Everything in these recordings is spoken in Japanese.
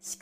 し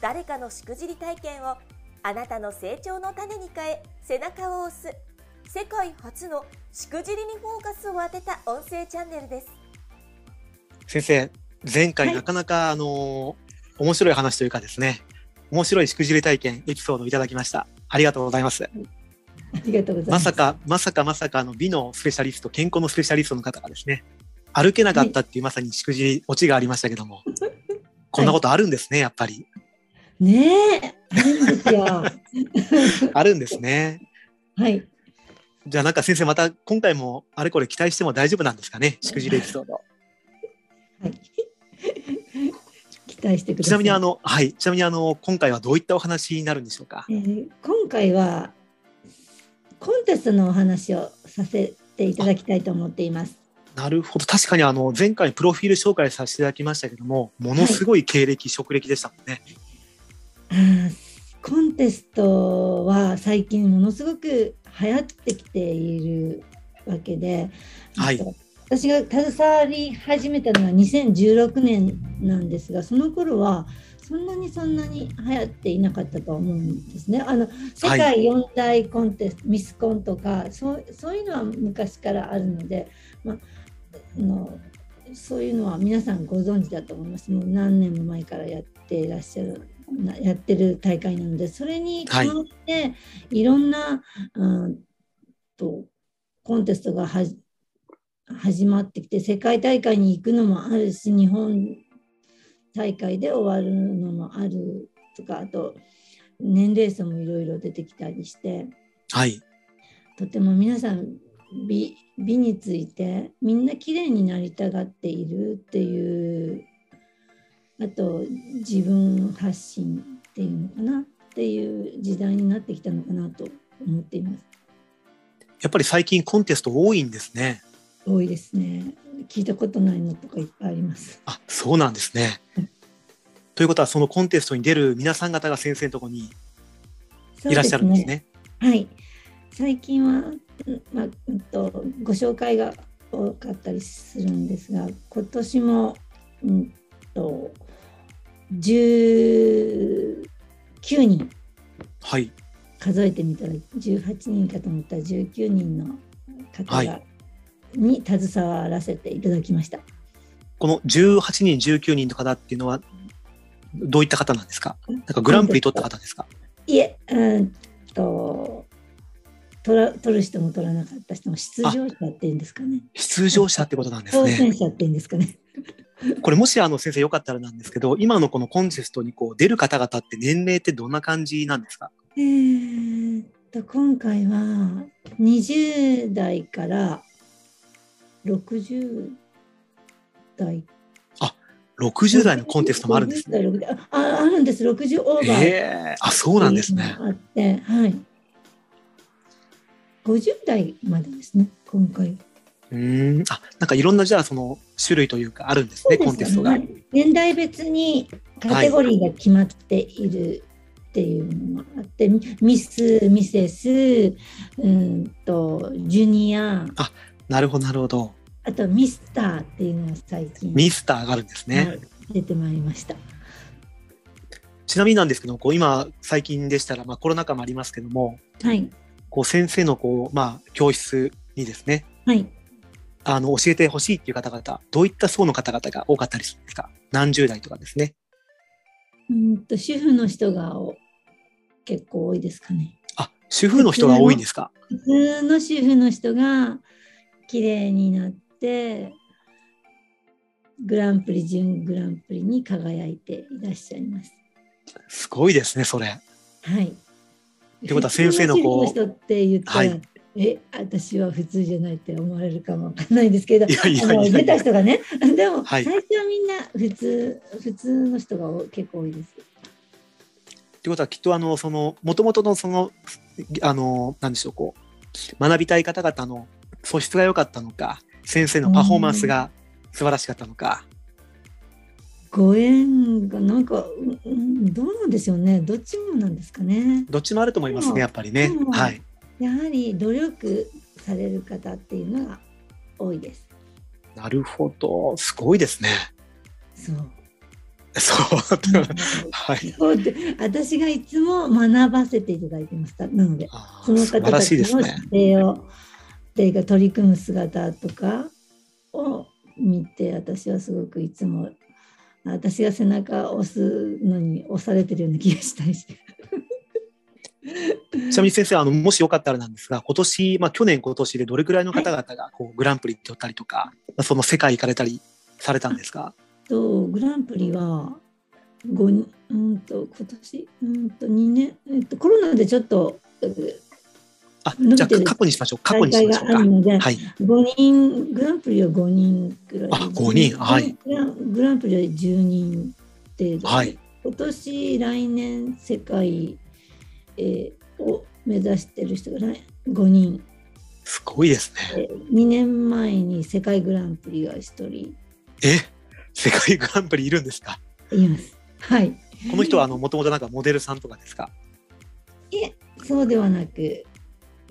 誰かのしくじり体験をあなたの成長の種に変え背中を押す世界初のしくじりにフォーカスを当てた音声チャンネルです先生前は回いなかなか、あのー面白い話というかですね面白いしくじり体験エピソードをいただきましたありがとうございますありがとうございまます。さかまさかまさかあの美のスペシャリスト健康のスペシャリストの方がですね歩けなかったっていうまさにしくじりオチがありましたけども、こんなことあるんですねやっぱりねえ、あるん ですよ。はあるんですねい。じゃあなんか先生また今回もあれこれ期待しても大丈夫なんですかねしくじりエピソードはい。期待してください。ちなみにあのはいちなみにあの今回はどういったお話になるんでしょうかえー今回はコンテストのお話をさせていただきたいと思っています。なるほど確かにあの前回プロフィール紹介させていただきましたけどもものすごい経歴、職歴でしたもんねあーコンテストは最近ものすごく流行ってきているわけで、はいえっと私が携わり始めたのは2016年なんですがその頃はそんなにそんなに流行っていなかったと思うんですね。あの世界四大コンテスト、ミスコンとかそうそういうのは昔からあるので、まあ、あのそういうのは皆さんご存知だと思います。もう何年も前からやっていらっしゃる。なやってる大会なのでそれに代わって、い、ろんな、うん、とコンテストがはじ始まってきて世界大会に行くのもあるし日本大会で終わるのもあるとかあと年齢差もいろいろ出てきたりしてはいとても皆さん美美についてみんな綺麗になりたがっているっていうあと自分発信っていうのかなっていう時代になってきたのかなと思っています。やっぱり最近コンテスト多いんですね多いですね。聞いたことないのとかいっぱいあります。あそうなんですねということはそのコンテストに出る皆さん方が先生のところにいらっしゃるんですねはい、最近は、んまあうんと、ご紹介が多かったりするんですが今年も、うん、と19人はい数えてみたら18人かと思ったら19人の方が、はいに携わらせていただきました。この18人19人の方っていうのはどういった方なんですかなんかグランプリ取った方ですかいえ、うんと取ら取る人も取らなかった人も出場者っていうんですかね。出場者ってことなんです当ね選者っていうんですかね。これもしあの先生よかったらなんですけど今のこのコンテストにこう出る方々って年齢ってどんな感じなんですかえーっと今回は20代から60代60代のコンテストもあるんですね。 60代60代ああるんです60オーバーへってえあそうなんですいねう。のがあってはい50代までですね今回うーんあなんかいろんなじゃあその種類というかあるんですねコンテストが。はい年代別にカテゴリーが決まっているっていうのもあって、ミスミセスうんとジュニアなるほどなるほど。あとミスターっていうのが最近ミスターがあるんですね。はい出てまいりました。ちなみになんですけどこう今最近でしたら、まあ、コロナ禍もありますけどもはい。こう先生のこう、まあ、教室にですねはい。あの教えてほしいっていう方々どういった層の方々が多かったりするんですか何十代とかですね。うんと主婦の人がお結構多いですかね。あ主婦の人が多いんですか。普通の主婦の人が綺麗になってグランプリ準グランプリに輝いていらっしゃいます。すごいですねそれ。はい。てことは先生のこう普通の主婦の人って言ったら、はいえ私は普通じゃないって思われるかもわかんないんですけどいやいあやのいや出いやた。人がね、 でもはい最初はみんな普通、普通の人が多結構多いです。ってことはきっとあのそのもともとのそのあのなんでしょうこう学びたい方々の素質が良かったのか先生のパフォーマンスが素晴らしかったのか、ご縁がなんか、うんうんどうなんでしょうねどっちもなんですかねどっちもあると思いますうんねやっぱりねうん。はい、やはり努力される方っていうのが多いですなるほどすごいですね。 そう そう、はい。そうで私がいつも学ばせていただいてましたなのであーその素方晴たらしいちですのね。姿勢をっていうか取り組む姿とかを見て私はすごくいつも私が背中を押すのに押されてるような気がしたりして。ちなみに先生、あの、もしよかったらなんですが、今年、まあ、去年、今年でどれくらいの方々が、こう、グランプリ取ったりとか、まあその世界行かれたりされたんですかとグランプリは5人うんと今年うんと2年、えっと、コロナでちょっとえあ、伸びじゃてるあ、過去にしましょう。過去大にし会ましょがうあるか。ので、はい。五人グランプリは5人くらいあ五人はいグラングランプリは10人程度、はい今年来年世界、えーを目指してる人が来5人すごいですね。で2年前に世界グランプリが1人え世界グランプリいるんですかいますはいこの人は、あの、もともとなんかモデルさんとかですかそうではなく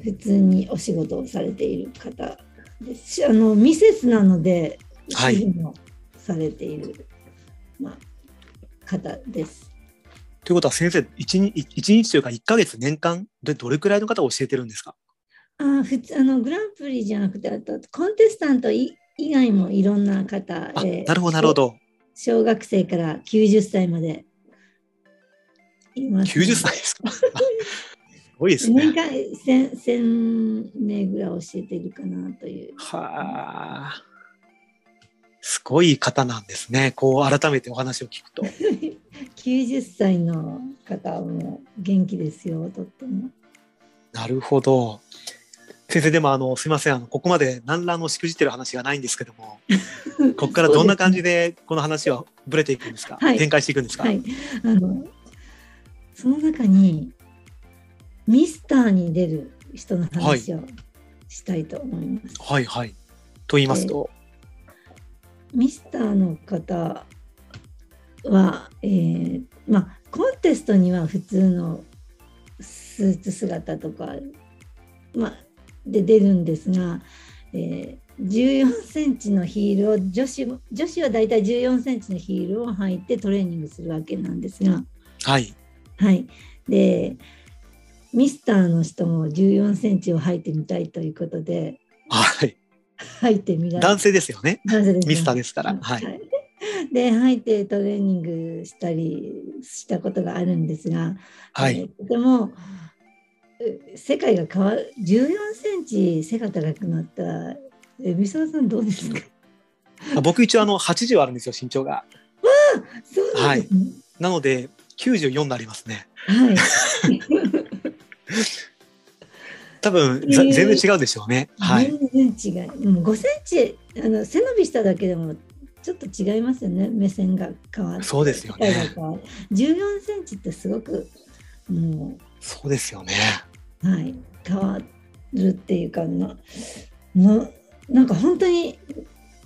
普通にお仕事をされている方ですしあのミセスなのではい主人もされている、まあ、方ですということは、先生、一日、一日というか、一ヶ月、年間でどれくらいの方を教えてるんですかあ普通あのグランプリじゃなくてあとコンテスタントい以外もいろんな方、あ、えーなるほど、なるほど。小学生から90歳までいますね、 90歳ですか すごいですね。年間1000 1000名ぐらい教えているかなというはあ。すごい方なんですね。こう改めてお話を聞くと。 90歳の方も元気ですよとってもなるほど。先生でもあのすいませんあのここまで何らあのしくじってる話がないんですけど も、ここからどんな感じでこの話はぶれていくんですか。はい展開していくんですか。はいあのその中にミスターに出る人の話をしたいと思います、はい、はい。と言いますと、ミスターの方は、えーまあ、コンテストには普通のスーツ姿とか、まあ、で出るんですが、えー14センチのヒールを女子も女子はだいたい14センチのヒールを履いてトレーニングするわけなんですが、はい、はい、でミスターの人も14センチを履いてみたいということで はい、履いてみられ男性ですよね。男性ですねミスターですから。はい、 で入ってトレーニングしたりしたことがあるんですが、はえい、ーとてもう世界が変わる14センチ背が高くなったらえ美沢さんどうですか あ僕一応あの80あるんですよ身長が。そうなんですねなので94になりますね。はい、多分、ざえー全然違うでしょうね。はい。全然違うもう5センチあの背伸びしただけでもちょっと違いますよね目線が変わるそうですよね世界が変わる14センチってすごくもうそうですよね。はい、変わるっていうかなななんか本当に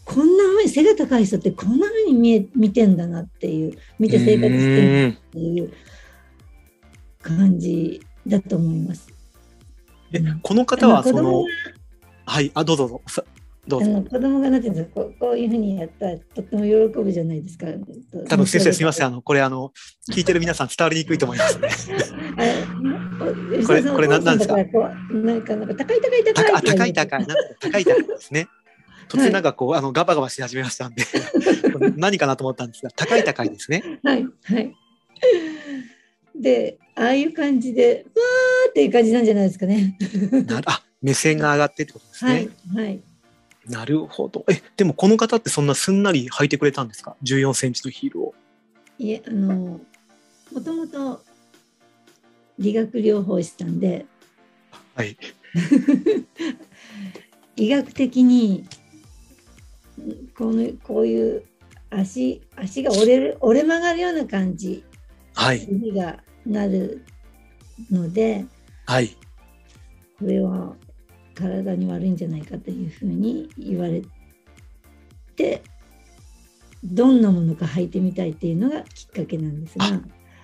こんなふうに背が高い人ってこんなふうに見え見てんだなっていう見て生活してるうんっていう感じだと思います。えうんこの方はあの子その供はいあどうぞどうぞさどうあぞの子供がなんていうんですかこうこういうふうにやったらとっても喜ぶじゃないですか。多分先生すみませんん。あのこれあの聞いてる皆さん伝わりにくいと思い ますねここれこれなんなんですかこうなんかなんか高い高い高い高あって言わ高れいて高いなんか高い高いですね突然なんかこうあのガバガバし始めま したんでこれ何かなと思ったんですが高い高いですねはいはい。で、ああいう感じで、わーっていう感じなんじゃないですかね。なあ目線が上がってってことですね、はいはい。なるほどえでもこの方ってそんなすんなり履いてくれたんですか14センチのヒールをいえ、あの、もともと理学療法士さんで、はい医学的にんこのこういう足足が折れる折れ曲がるような感じはい指がなるのではい。これは体に悪いんじゃないかというふうに言われてどんなものか履いてみたいっていうのがきっかけなんですがあ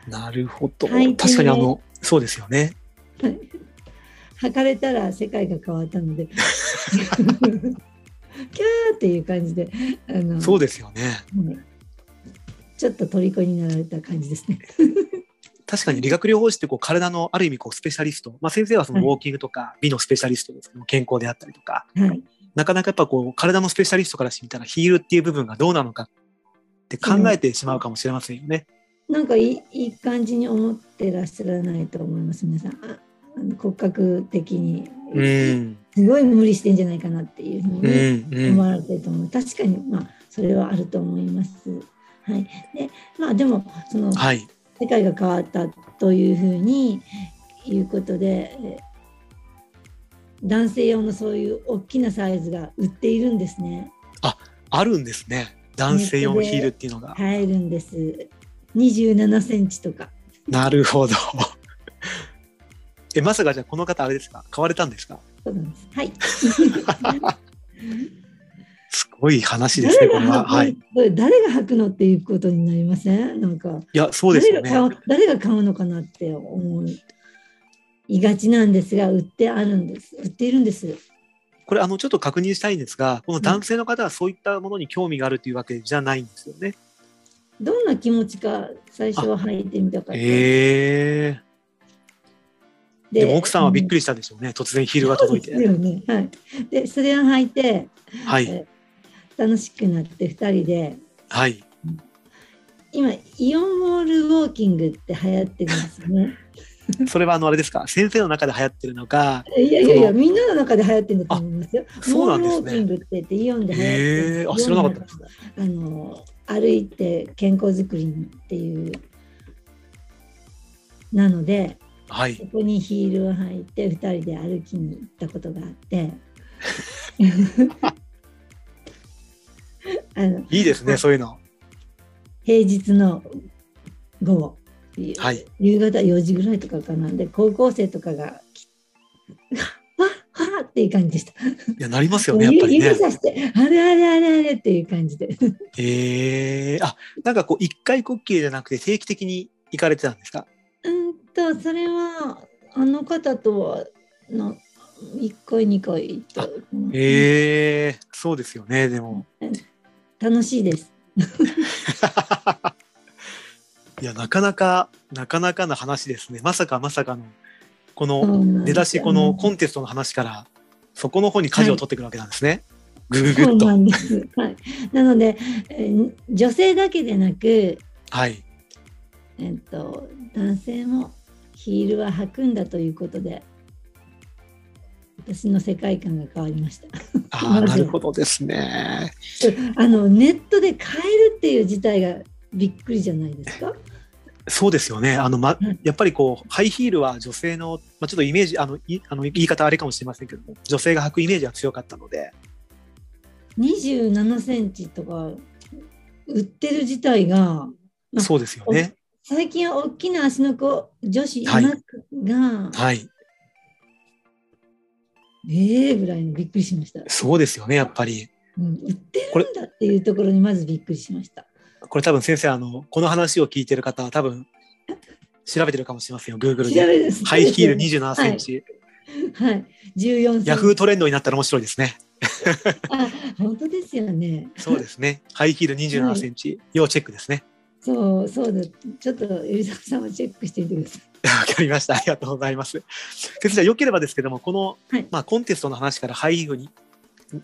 なるほど。はいで確かにあの、そうですよね。履かれたら世界が変わった のでキャーっていう感じであのそうですよね。はいちょっと虜になられた感じですね。確かに理学療法士ってこう体のある意味こうスペシャリスト、まあ、先生はそのはいウォーキングとか美のスペシャリストですけども健康であったりとかはいなかなかやっぱこう体のスペシャリストからしてみたらヒールっていう部分がどうなのかって考えてしまうかもしれませんよね。なんかいいいい感じに思ってらっしゃらないと思います皆さんああの骨格的にうん、すごい無理してんじゃないかなっていうふううん、にうん思われてると思う、確かにまあそれはあると思います。はい、でまあでもそのはい、世界が変わったというふうにいうことでえ男性用のそういう大きなサイズが売っているんですねあるんですね男性用ヒールっていうのが。買えるんです27センチとかなるほど。 えまさかじゃあこの方あれですか買われたんですかそうなんです はいすごい話ですね誰こがれは。履く、はい、いこれ誰が履くのっていうことになりませんなんかやそうですよ誰がね。買う誰が買うのかなって思いがちなんですが売ってあるんです売っているんですこれあのちょっと確認したいんですがこの男性の方はそういったものに興味があるというわけじゃないんですよね。どんな気持ちか最初は履いてみたかったええでも奥さんはびっくりりしたんでしょうね、突然ヒールが届いそうでて。すよねはいでそれを履いてはい、楽しくなって2人ではい。今イオンモールウォーキングって流行ってるんですよ ねそれはあのあれですか、先生の中で流行ってるのか。いやいやいそやのみんなの中で流行ってるんだと思いますよそうなんですねモールウォーキングって言ってイオンで流行ってるええあ、知らなかったですね。あの歩いて健康づくりっていうなのではそい、こにヒールを履いて2人で歩きに行ったことがあって あのいいですね、そういうの。平日の午後夕はい、夕方4時ぐらいとかかなんで高校生とかが 来わっわっっていう感じでした。いや、なりますよね、やっぱり指ね指。さしてあれあれあれあれっていう感じで。ええあ、なんかこう一回こっきりじゃなくて、定期的に行かれてたんですか。うんとそれはあの方とはな1回2回行ったあええそうですよね、でも。楽しいです。いや、なかなか、なかなかな話ですね。まさかまさかの。このそうなん出でだすしよこのコンテストの話からそこの方に舵を取ってくるわけなんですね。ぐぐぐそっうと。なんです。はい。なので、えー女性だけでなく、はい。えっと男性もヒールは履くんだということで、私の世界観が変わりました。ああ、まずなるほどですね。あのネットで買えるっていう事態がびっくりじゃないですか。そうですよね。あの、まうん、やっぱりこう、ハイヒールは女性の、まあ、ちょっとイメージ、あの、いあの言い方あれかもしれませんけども、女性が履くイメージは強かったので、 27センチとか売ってる自体がまあそうですよね。最近は大きな足の子女子いはまいすが、はい。ええぐらいのびっくりしました、そうですよね、やっぱり。うん、売ってるんだっていうところにまずびっくりしましたこれ多分先生、あの、この話を聞いてる方は多分、調べてるかもしれませんよ、調 Google べで。るハイヒール27センチ。 はい14センチヤフートレンドになったら面白いですね。あ本当ですよねそうですね。ハイヒール27センチ、要チェックですね。 そうそうだちょっとエリザベさんもチェックしてみてくださわかりました。ありがとうございます。先生、じゃあ良ければですけども、この、はいまあ、コンテストの話からハイヒールに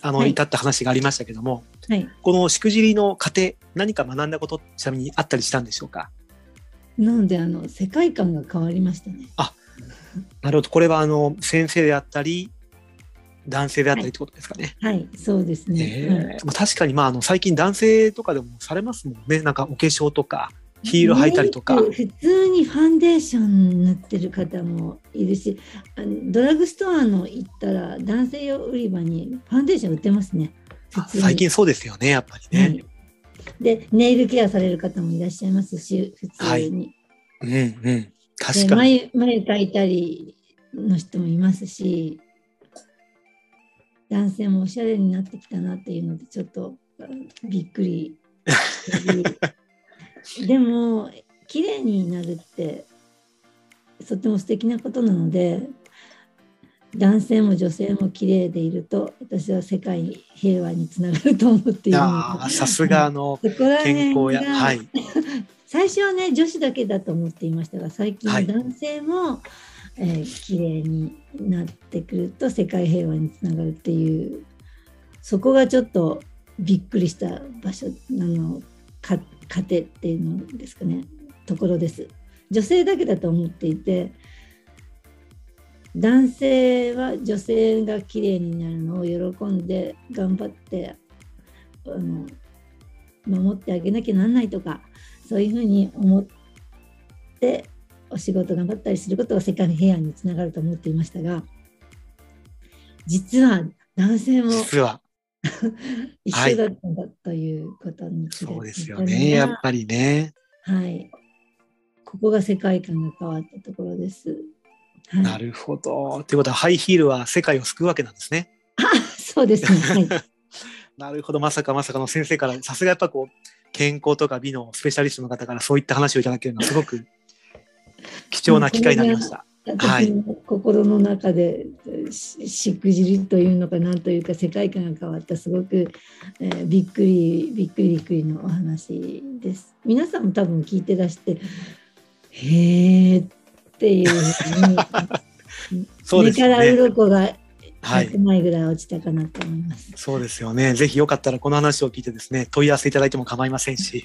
あの、はい至った話がありましたけども、いはいこのしくじりの過程、何か学んだこと、ちなみにあったりしたんでしょうか。なのであの世界観が変わりましたねなるほど。これは、あの、先生であったり、男性であったりはってことですかね。はいそうですね、はいええまあ、確かに、まあ、あの、最近男性とかでもされますもんね。なんか、お化粧とか、ヒール履いたりとか。メイク普通にファンデーション塗ってる方もいるしあのドラッグストアの行ったら男性用売り場にファンデーション売ってますねあ最近そうですよね、やっぱりはね。いでネイルケアされる方もいらっしゃいますし普通に、うんうん。確でかに。眉眉描いたりの人もいますし男性もおしゃれになってきたなっていうのでちょっとうんびっ くりでも綺麗になるってとても素敵なことなので男性も女性も綺麗でいると私は世界平和につながると思っているのああ、さすがあの、でそこら健辺康や、がはい。最初はね女子だけだと思っていましたが最近はい男性も、えー綺麗になってくると世界平和につながるっていうそこがちょっとびっくりした場所あのか過程っていうのですかねところです女性だけだと思っていて男性は女性が綺麗になるのを喜んで頑張ってあの守ってあげなきゃなんないとかそういうふうに思ってお仕事頑張ったりすることが世界平和につながると思っていましたが実は男性も実は、一緒だったんだということに気がついたそのうがですよね。やっぱりね。はい。ここが世界観が変わったところです。はい、なるほど。ということは、ハイヒールは世界を救うわけなんですね。 そうですね。はい。なるほど。まさかまさかの先生から、さすがやっぱこう、健康とか美のスペシャリストの方からそういった話をいただけるのはすごく貴重な機会になりました。私の心の中で、ししくじりというのかなんというか世界観が変わったすごく、えーびっくりびっくりびっくりのお話です。皆さんも多分聞いてらしてへーっていうふうに そうで目すよからね。鱗がはい100。枚ぐらい落ちたかなと思います。そうですよね。ぜひよかったらこの話を聞いてですね、問い合わせいただいても構いませんし、